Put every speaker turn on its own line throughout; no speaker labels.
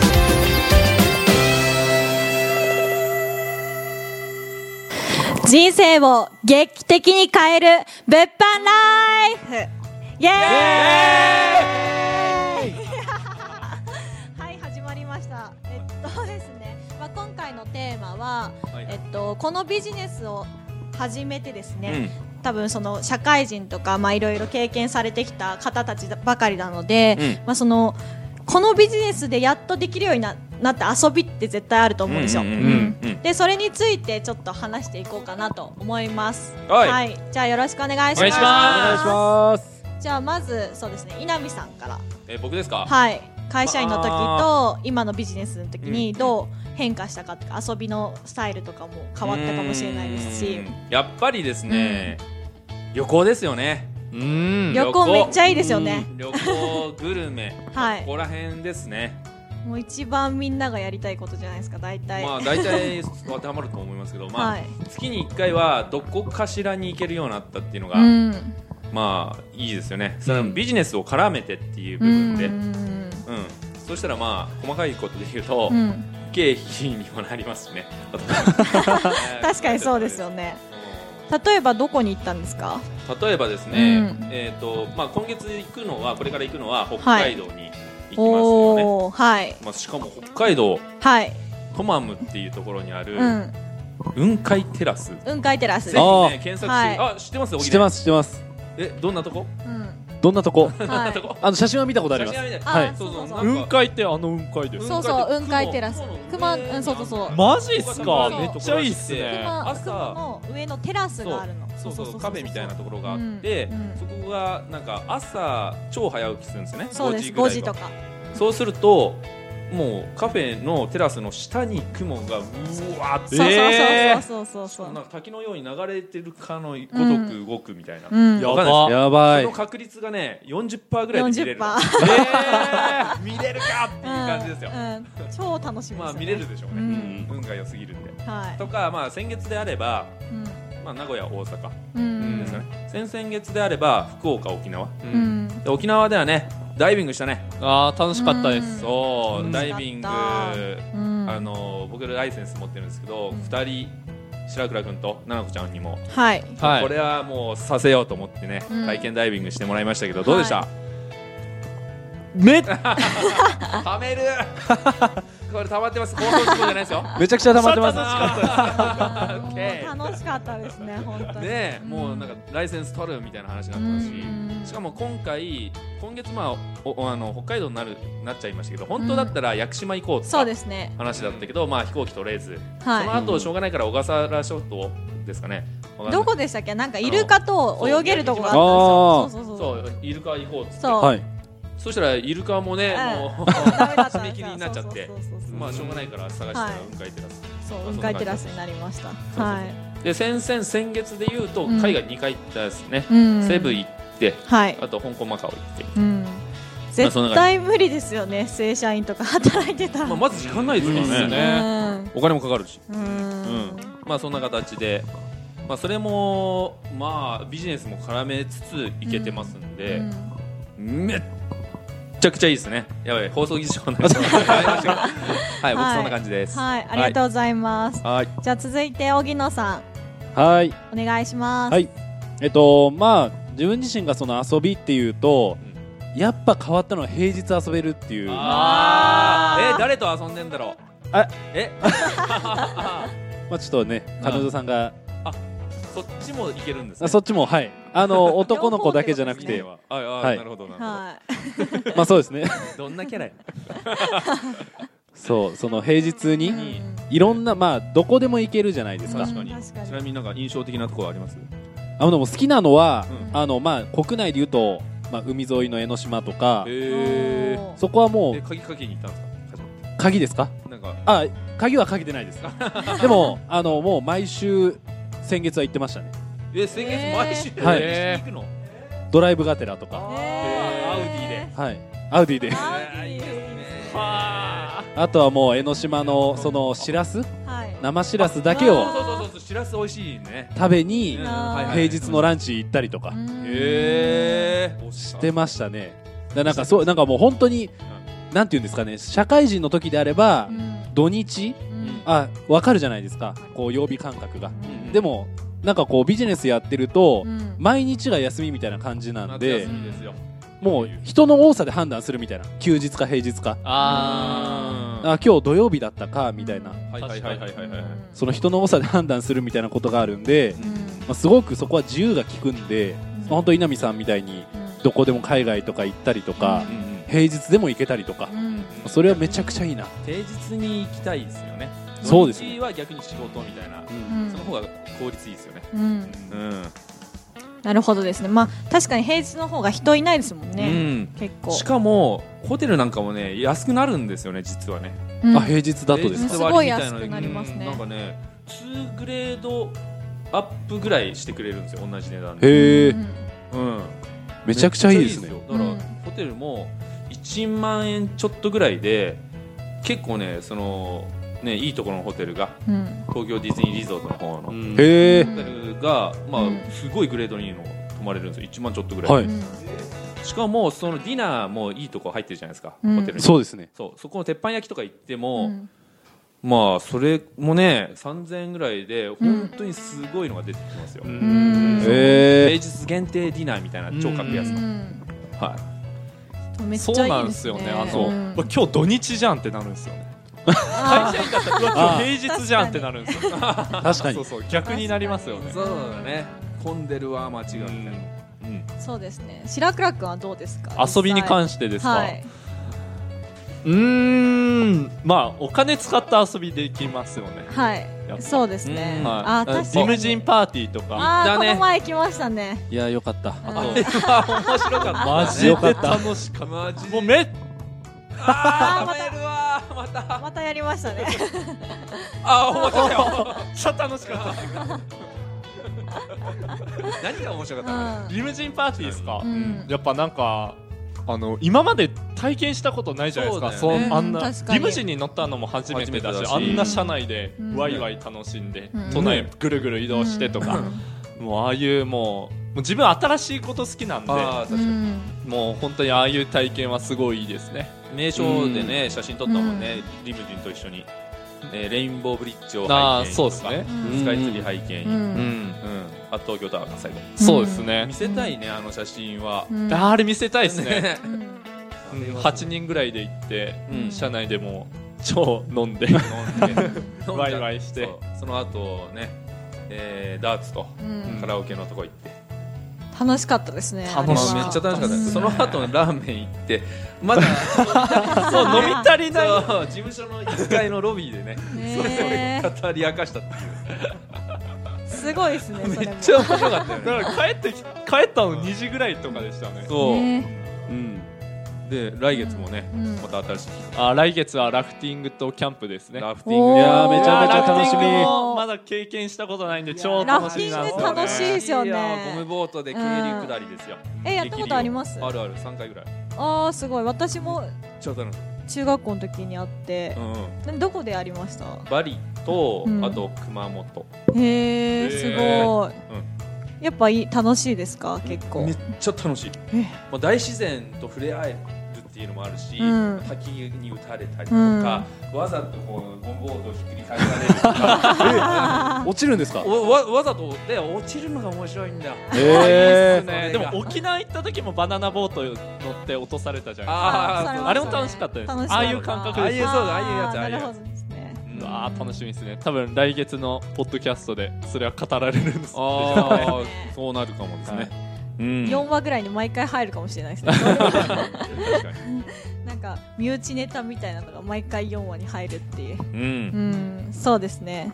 人生を劇的に変える物販ライフイエーイはい始まりましたえっとですね、まあ、今回のテーマは、
はい
えっと、このビジネスを始めてですね、多分その社会人とかまあいろいろ経験されてきた方たちばかりなので、
うん
まあそのこのビジネスでやっとできるようにななった遊びって絶対あると思うんですよ。
うんうんうんうん
でそれについてちょっと話していこうかなと思います。
はい
じゃあよろしくお願いします。
お願いします
お願いします。
じゃあまずそうですね稲見さんから
え僕ですか、
はい会社員の時
あ
と今のビジネスの時
う
に
ん
どう変化したかっていうか遊びのスタイルとかも変わったかもしれないですし
う。ーんやっぱりですね、旅行ですよね
うん
旅行めっちゃいいですよね。
旅行グルメ
はい
ここら辺ですね
もう一番みんながやりたいことじゃないですか大体、
まあ大体当てはまると思いますけど、まあ
はい
月に1回はどこかしらに行けるようになったっていうのが、
うん
まあいいですよねそれは
うん
ビジネスを絡めてっていう部分で、うんそしたらまあ細かいことで言うと、
うんうん
経費にもなりますしね
確かにそうですよ
ね、
ね
うん
例えばどこに行ったんですか
例えばですね、
うん
えっ、とまあ今月行くのはこれから行くのは北
はい
海道に行きますよね。
おおーはい
まあしかも北海道
はい
トマムっていうところにある
うん
雲海テラス。ぜ
雲海テラス
ひ
で
あ
ね
ー
検索して、
はい
あ知ってます？。
知ってますす知ってます。
えどんなとこ？
うん
どんなと こ？
い
どんなとこ？
あの写真は見たことあり
写
ます
真あ。るじゃない。
はい
あそうそうそう
なんか
海ってあの雲海で
そうんそう雲海テラス
雲の上
雲うんそうそうそう
マジっ
そ
す
う
か
そう
めっちゃいいっすね。
雲
朝
雲の上のテラスがあるの
そうそうカフェみたいなところがあっ
うん
て、
うん
そこがなんか朝超早起きするんですよね。
そうです
5
5
時
時
ぐら
と
いは
か
そうするともうカフェのテラスの下に雲がうわーっ
そ
て
うそう
えー
そうそうそうそうそ
なん
う
か滝のように流れてるかのごとく動くみたいな、
うん
わかんないです
やば
そ
い
の。確率がね40%ぐらいで見れ
40
る
パー
え ー見れるかっていう感じですよ、
うん、超楽しみですよね
まあ見れるでしょうね、
うん
運が良すぎるんで
はい
とかまあ先月であれば、
うん
まあ、名古屋大阪
う
で
ん
すよね、先々月であれば福岡沖縄
う
うんん
で沖縄ではねダイビングしたね
あー楽しかったです。
そう、
うん
ダイビング
楽しうん
あの僕ライセンス持ってるんですけど、
う
二
ん
2人白倉君と奈々子ちゃんにも、
はい
はい
これはもうさせようと思ってね、
うん
体験ダイビングしてもらいましたけどどうでした、
は
めっ
は めるこれ溜まってます放送事故じゃないですよ
めちゃくちゃ溜まってます。
あ
オッケ
ー
ー
もう楽しかったですね本当に
ねえもうなんかライセンス取るみたいな話になったし、
うん
しかも今回今月まあおおあの北海道になるなっちゃいましたけど本当だったら屋久島行こうと
そ
か
うですね
話だったけど、まあ飛行機取れず、その
は
後しょうがないから小笠原諸島ですかねわかんないい
どこでしたっけなんかイルカと泳げるとこがあったんですよそう
そ
そうそう
うイルカ行こうっつって
そう
はい。
そしたらイルカもね、もう
ダメだったんです
締 め
よ
切りになっちゃって
そうそうそうそう
まあしょうがないから探したら雲海テラス、
そう雲海テラスになりました
そう
はい
で先々先月で言うと
うん
海外2回行ったですね、
うん
セブン行って
はい
あと香港マカオ行って、
うん
そんな
絶
感
対無理ですよね正社員とか働いてたら
まあ、まず時間ないですから
無理
ね
っすね
お金もかかるし
うんうん
まあそんな形で、まあ、それもまあビジネスも絡めつつ行けてますんで、
うん
めっちゃくちゃいいですねやばい放送技術になりそうになりましたけどはい僕そんな感じです、
はい、ありがとうございます。
はい。
じゃあ続いて荻野さ
はい。
ん、お願いします。
はい。えっとまあ自分自身がその遊びっていうと。やっぱ変わったのは平日遊べるっていうま
あ
あ
ー
ー
え誰と遊んでんだろう
あ
え
あちょっとね彼女さんが
そっちもいけるんですね
あそっちもはいあの男の子だけじゃなく
ち
で
て
はああ、
はい
なるほどなるほど、
はい。
まあそうですね
どんなキャラや
そうその平日
う
に
ん
いろんなまあどこでも行けるじゃないですか
確かに
確かに
ちなみになんか印象的なところあります
あのでも好きなのは、
うん
あのまあ国内でいうと、まあ、海沿いの江ノ島とか
へー
そこはも
え
う
鍵かけに行ったんですか
鍵ですか
なんか
あ鍵はかけてないです でもあのもう毎週先月は行ってましたね
え先月
えー
毎週
はい
一緒に行くの
ドライブがてらとか
あ
えー
アウディで
はいアウディで
アウディ
えーいいですね
は
あとはもう江ノ島のそのしらす
はい。
生しらすだけを
そうそうそうそうしらす美味しいね
食べに
うん
はい
平日のランチ行ったりとか
うん
へえ
してましたねだなんかそうなんかもう本当になんていうんですかね社会人の時であれば
うん
土日
うん
あわかるじゃないですかこう曜日感覚が
うんうんうん
でもなんかこうビジネスやってると、
うん
毎日が休みみたいな感じなん
夏
で
休みですよ
もう人の多さで判断するみたいな休日か平日か
あ
あ今日土曜日だったかみたいな
あはいはいはいはいはいはい
その人の多さで判断するみたいなことがあるんで、
うん
まあ、すごくそこは自由が利くんで、
うん
本当稲見さんみたいにどこでも海外とか行ったりとか、
うんうん
平日でも行けたりとか、
うん
それはめちゃくちゃいいな、
平日に行きたいですよね
そうですね
土日は逆に仕事みたいな
うん
その方が効率いいですよね
うん
うん
なるほどですねまあ確かに平日の方が人いないですもん
う
ね
ん
結構
しかもホテルなんかもね安くなるんですよね実はね
うん
あ平日だとですか
すごい安くなりますね
うんなんかね2グレードアップぐらいしてくれるんですよ同じ値段で
へえ
うん
うん
めちゃくちゃいいですね
めっちゃいいですよだから、ホテルも1万円ちょっとぐらいで結構ねそのねいいところのホテルが
うん
東京ディズニーリゾートの方の、ホ
へ
う
え
ん
テルが、ま
う
あ、
ん
すごいグレード2の泊まれるんですよ1万ちょっとぐらい、
はい
うん
しかもそのディナーもいいとこ入ってるじゃないですか、
うん
ホテルに
そうですね
そうそこの鉄板焼きとか行って
う
も、
ん
まあそれもね3000円ぐらいで本当にすごいのが出てきますよ、
ん
へ
平
え
日限定ディナーみたいな超格安
う
の、
ん
はい
めっ
そう
ちゃ
ない
い
ん
で
です
すね
よねあ
そう
の、
ん
今日土日じゃんってなるんですよね
あー
うわ今日平日じゃんってなるんですよ
確かに
そうそう逆になりますよね
そうだね混んでるわ間違いない、うん、
そうですね白倉君はどうですか
遊びに
し
関してで
て
すか、
はい、
うーんまあお金使った遊びできますよね
はい
やっ、ぱ
そうですね
うん
あー確かに
リムジンパーティーとか
あー
行ったね
この前来ましたね
いやよかった
うん
あれは面白かった
マジで
よかった
楽しかっ
マジ
た
で
もうめ
あー
また
食べるわーまた
またやりましたね
あー面白かっ
っちゃ楽しかった
何が面白かったのあ
う
たリムジンパーティーですか、
んうん
やっぱなんかあの今まで体験したことないじゃないですか
そうだ
そう、
よね
あんな
うん確かに
リムジンに乗ったのも初めてだし
初めてだし
あんな車内で
うん
ワイワイ楽しんで、
うん
都内ぐるぐる移動してとか、もうああいうもうもう自分新しいこと好きなんで
あー
う
確かに
ん
もう本当にああいう体験はすごいいいですね
名所でね写真撮ったもんねリムジンと一緒にえーレインボーブリッジを
あ
背景に
あそうですね
うん
スカイツリー背景
う
に
うんん
うんあと東京タワーが最後
そうですね
見せたいねあの写真は
うん
あれ見せたいですね
ね
うん
うん8人ぐらいで行って、
うん
車内でもう超飲んで
飲んで飲ん
ワイワイして
そうその後ねえーダーツと
うん
カラオケのとこ行って
楽しかったですね
楽し
まあめっちゃ楽しかったですその後のラーメン行 ってまだ
そう飲み足りない
そう事務所の1階のロビーでね
ね
語り明かしたっていう
すごいですねそれも
めっちゃ面白かったよね
だから帰ってき帰ったの2時ぐらいとかでしたね
そう、
ね
うん
で来月もね、
うん
また新しい
あ来月はラフティングとキャンプですね
ラフティング
おー
い
い
や
やーめちゃめちゃ楽しみ
いやーラフティングもまだ経験したことないんで超
ラフ
楽
ティ
しみ
ン
なんです
グ
よね
楽しいですよ
ゴム
ね
ボートで渓流下りですよ、
えやったことあります
あるある3回ぐらい
あーすごい私も
超楽しい、
中学校の時にあって
うん、
などこでありました
バリと、
うん
あと熊本
へ
へ
え
ー
すごいやっぱいい楽しいですか結構
めっちゃ楽しい
え
もう大自然と触れ合えるっていうのもあるし、
うん
滝に打たれたりとか、わざとこうゴムボートをひっくり返されるとか
落ちるんですか
おわわざとで落ちるのが面白いんだよ
ええ
ね
でも沖縄行った時もバナナボート乗って落とされたじゃんあ
あー
それも
あれも楽しかったです
楽し
ああいう感覚
ああ
で
いう
す
そうだああいうやつああいう
なる
やつ
ほどですね
うわー楽しみですね多分来月のポッドキャストでそれは語られるんですでしょうね
ああそうなるかもですね、
はい
うん
4話ぐらいに毎回入るかもしれないですね
確かに
なんか身内ネタみたいなのが毎回4話に入るっていう
う
うんんそうですね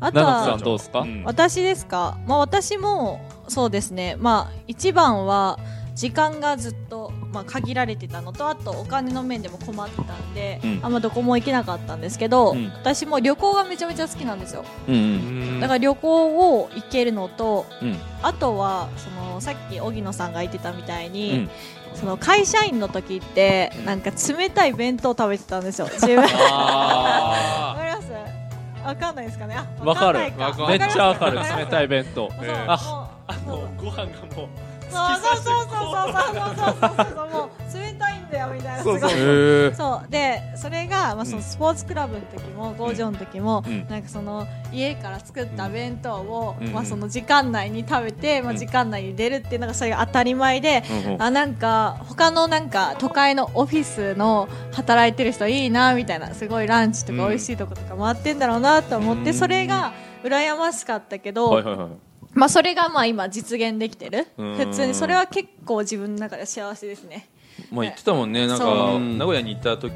あと
七瀬さ
は
んどうですか、
うん
私ですかまあ私もそうですねまあ一番は時間がずっと、まあ、限られてたのとあとお金の面でも困ってたんで、
うん
あんまどこも行けなかったんですけど、
うん
私も旅行がめちゃめちゃ好きなんですよ
うん
だから旅行を行けるのと
うん
あとはそのさっき荻野さんが言ってたみたい
うん
に、その会社員の時ってなんか冷たい弁当食べてたんですよ自分わか
あ
りますわかんないですかねあ
わかる
わんない
ーめっちゃわ
わ
か
か
る
る
冷たい弁当
そう
あ
もう
ご飯がもう
そうそうそうそうそうそうそうそうそうもう冷たいんだよみたいなすごいそうでそれが、まあ、そのスポーツクラブの時も、ゴージョンの時も、
うん
なんかその家から作った弁当を、
うん
まあ、その時間内に食べて、まあ、
うん
時間内に出るっていうのがそれが当たり前で、
うんうん
あなんか他のなんか都会のオフィスの働いてる人いいなみたいなすごいランチとか
うん
美味しいとことか回ってんだろうなと思って、
うん
それが羨ましかったけど、
はいはいはい
まあ、それがまあ今実現できてる
うん
普通にそれは結構自分の中で幸せですね。
まあ言ってたもんねなん
そ
か
う
名古屋に行った時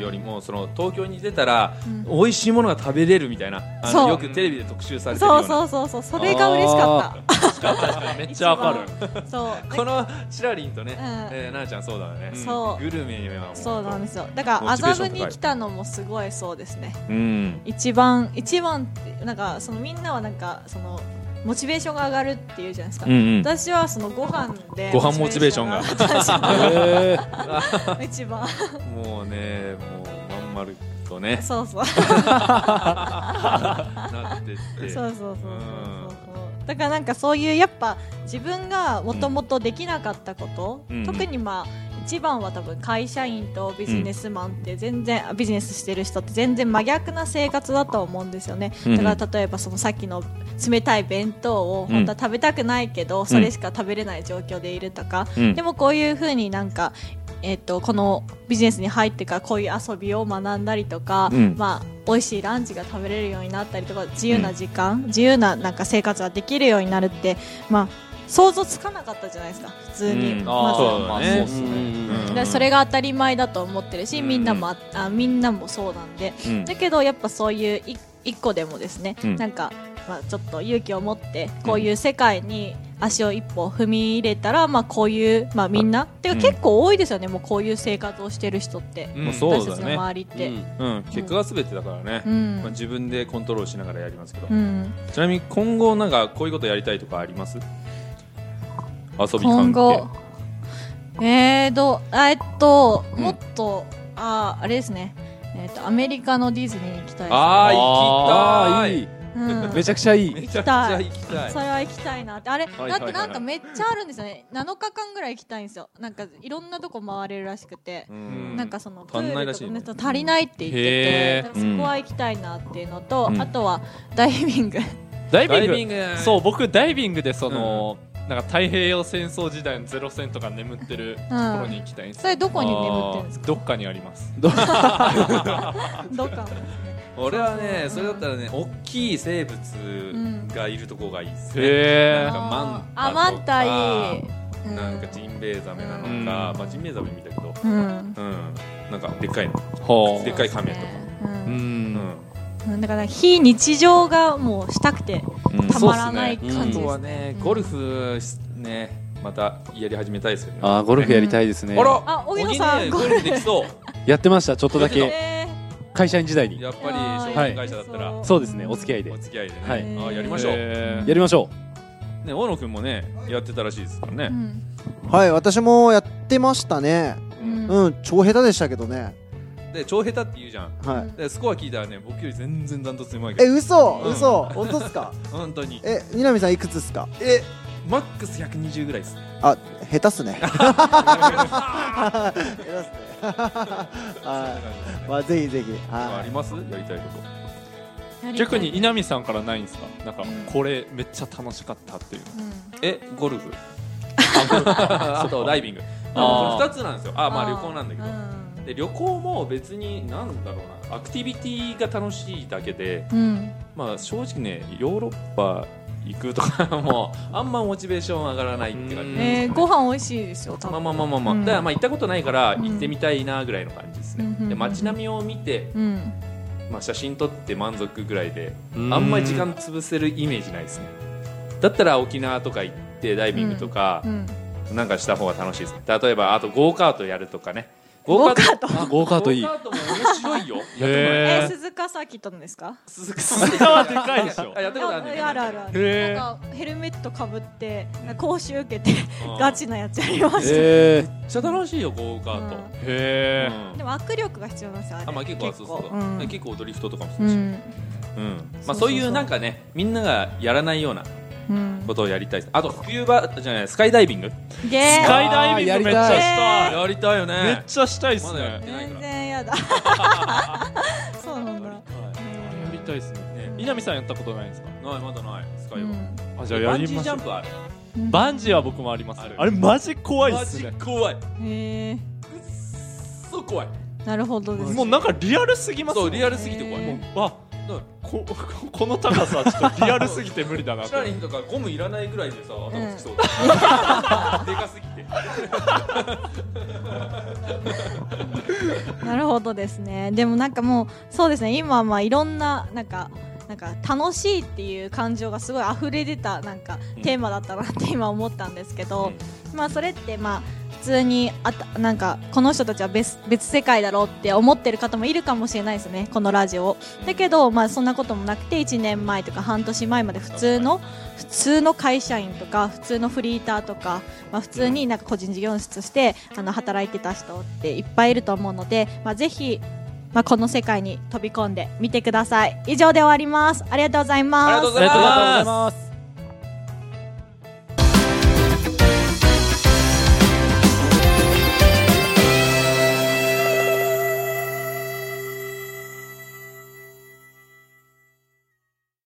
よりもその東京に出たら美味しいものが食べれるみたいなあ
そ
の
う
よくテレビで特集されてるよ
そうう
な
そうそうそうそれが嬉しかった。
めっちゃわかる
る。そう。
このチラリンとね、
ん
えー、ななちゃんそうだよね、
そう
グルメにはも
そうなんですよ。だから
モチベーショ
麻布
ン高い
に来たのもすごいそうですね。
うん
一番一番ってなんかそのみんなはなんかそのモチベーションが上がるっていうじゃないですか。
うんうん
私はそのご飯で
ご飯モチベーションが
モチベーション
え
が一番
もうねもうまん丸と ね
そうそう
なってって
そうそうそうそうそうだからなんかそういうやっぱ自分がもともとできなかったこと、
うん
特にまあ一番は多分会社員とビジネスマンって全然、あビジネスしてる人って全然真逆な生活だと思うんですよね、
うん
だから例えばそのさっきの冷たい弁当を本当は食べたくないけど、それしか食べれない状況でいるとか、
うん
でもこういうふうになんかえっとこのビジネスに入ってからこういう遊びを学んだりとか、
うん
まあ、美味しいランチが食べれるようになったりとか自由な時間、自由ななんか生活ができるようになるって、まあ、想像つかなかったじゃないですか普通に、
う
まず
んそうだね
まあそうっすね
だからそれが当たり前だと思ってるし、
うん
みんなもああみんなもそうなんで、
うん
だけどやっぱそういうい一個でもですね、
うん
なんか、まあ、ちょっと勇気を持ってこういう世界に足を一歩踏み入れたら、まあ、こういう、まあ、みんなっていう
うん
か結構多いですよね、もうこういう生活をしてる人って、
うん
もうそう
私た
だ
ちの
ね
周りって。
うん、結果がすべてだからね、
うん
まあ、自分でコントロールしながらやりますけど、
うん、
ちなみに今後なんかこういうことやりたいとかあります遊び
今
関係
後えーとあえっと、
うん
もっとあーあれですねえっ、とアメリカのディズニーに行きたいです、ね、
あ
あ
あ行きた
あ
い
いい
うん
めちゃくちゃい
め
い
ちゃくちゃ行きたい
それは行きたいなってあれ、
はいはいはい
だってなんかめっちゃあるんですよね7日間ぐらい行きたいんですよなんかいろんなとこ回れるらしくて、
うん
なんかそのプ
足んな
ール
いら
と
し
か
い
ね
ね
足りないって言ってて
へー
だからそこは行きたいなっていうのと、
うん
あとはダイビング
ダイ
ダイ
ビ
ビ
ン
ン
グ
グ
そう僕ダイビングでそのなんか太平洋戦争時代のゼロ戦とか眠ってるところに行きたいんです
それどこに眠ってるん
あ
です
ー
か
どっかにあります
どっか
俺はね
そ
そ
そ
うれだ
う
ったらね大きい生物がいるとこがいいですね、
へ
なんかマンタとか
あーマンタいいうん
なんかジンベエザメなのか、
うん
まあ、ジンベエザメ見たけど、
うん
うん、なんかでっかいの、
えほ
でっかい亀とか
そうですね
う
うん
うんうんだから非日常がもうしたくて
うん
たまらない
そうっすね
感
あ
じ
と
で
は
す
ね
うん
ゴルフねまたやり始めたいですよね
あーゴルフやりたいですね
あら
あ荻野さん
荻ね
ゴ
ゴ
ルフ
ルフできそう
やってましたちょっとだけ
え
会社員時代に
やっぱり
あー
証券会社だったら
はい
そうですねお付き合いで
お付き合いでね、
はい
あーやりましょう、
へ
やりましょ
ね大野くんもねやってたらしいですから
ーう
ね、
ん
はい私もやってましたね
うん
うん超下手でしたけどね
で超下手って言うじゃん
はい
でスコア聞いたらね僕より全然ダントツうまいけ
え
ど
嘘
うん
嘘本当っすか
本当に
え南さんいくつっすか
えマックス120ぐらいです
あ下手っすね下手っすねはいまあぜひぜひ
あ
は
り
い
ますやりたいこ
やりたい
逆に稲見さんからないんですかなんか
うん
これめっちゃ楽しかったっていう
うん
とえゴルフあとダイビング
あー
2つなんですよあまあ
ー
旅行なんだけどで旅行も別になんだろうなアクティビティが楽しいだけで
うん、うん
まあ正直ねヨーロッパ行くとかもうあんまモチベーション上がらないって感じ、
うん
えー、ご飯美味しいですよ多
まあ
分、
まあまあまあまあ、
うん
だからまあ行ったことないから
うん
行ってみたいなぐらいの感じですね、
うんうんうんうん
で街並みを見て、
うん、
まあ、写真撮って満足ぐらいで
うん
あんまり時間潰せるイメージないですねだったら沖縄とか行ってダイビングとか
う、ん、
なんかした方が楽しいですね例えばあとゴーカートやるとかね
ゴーカ
ー
ート
うあゴーカートいい
ゴーカートも面白いよ
え
へ
ー、鈴鹿サーキットのですか
鈴鹿さん
鹿はでかいでしょ
あやったことあるんだよね
あるあるあ
へ
る
ー
なんかヘルメットかぶって講習受けてガチ
め
なやつやりました、
えー
っちゃ楽しいよゴーカート、
うん
へえ
うん
でも握力が必要なんですよあれ
あまあ結構そうそうそ
う
う、
ん
結構ドリフトとかもそううだし、
ん
うんま
そう
あ
そ
そ
そう
うういうなんかねみんながやらないような
うん
ことをやりたいですあとスキューバじゃないスカイダイビング
ゲー
スカイダイビングめっちゃしたい
やりたいよ
めっ
ね
ちゃしたいっす
まだやっ
ね
てないか
全
ら
然やだ そうなんだ、
あれやりたいっすね
ね
南さんやったことないんですか
ないまだないスカ
う
イは
ん
あじゃあ
バ
や
ン
り
ジー
ま
ジ
し
ャ
ょ
ン
う
プある
うん
バンジーは僕もあります
ある
あれマジ怖いっ
マ
す
ジ
ね
怖い
へえ
くっそ怖い
なるほどです
もうなんかリアルすぎます
そうリ
ア
アルすぎて怖い
へー
もう
ルわ
だか
ここの高さはちょっとリアルすぎて無理だ
ら
な
チ
と
ャリンとかゴムいらないぐらい でさ頭つきそうだ、でかすぎて
なるほどですねでもなんかもうそうですね今はまあいろんななんかなんか楽しいっていう感情がすごい溢れ出たなんか
うん
テーマだったなって 今思ったんですけど、
うん
まあそれってまあ普通にあたなんかこの人たちは別別世界だろうって思ってる方もいるかもしれないですねこのラジオをだけどまあそんなこともなくて1年前とか半年前まで普通の普通の会社員とか普通のフリーターとか、まあ、普通になんか個人事業主としてあの働いてた人っていっぱいいると思うので、まあ、ぜひ、まあ、この世界に飛び込んでみてください以上で終わりますありがとうござい
あり
ま
が
す
とうござい
ありがとうござい
ま
ますす
ます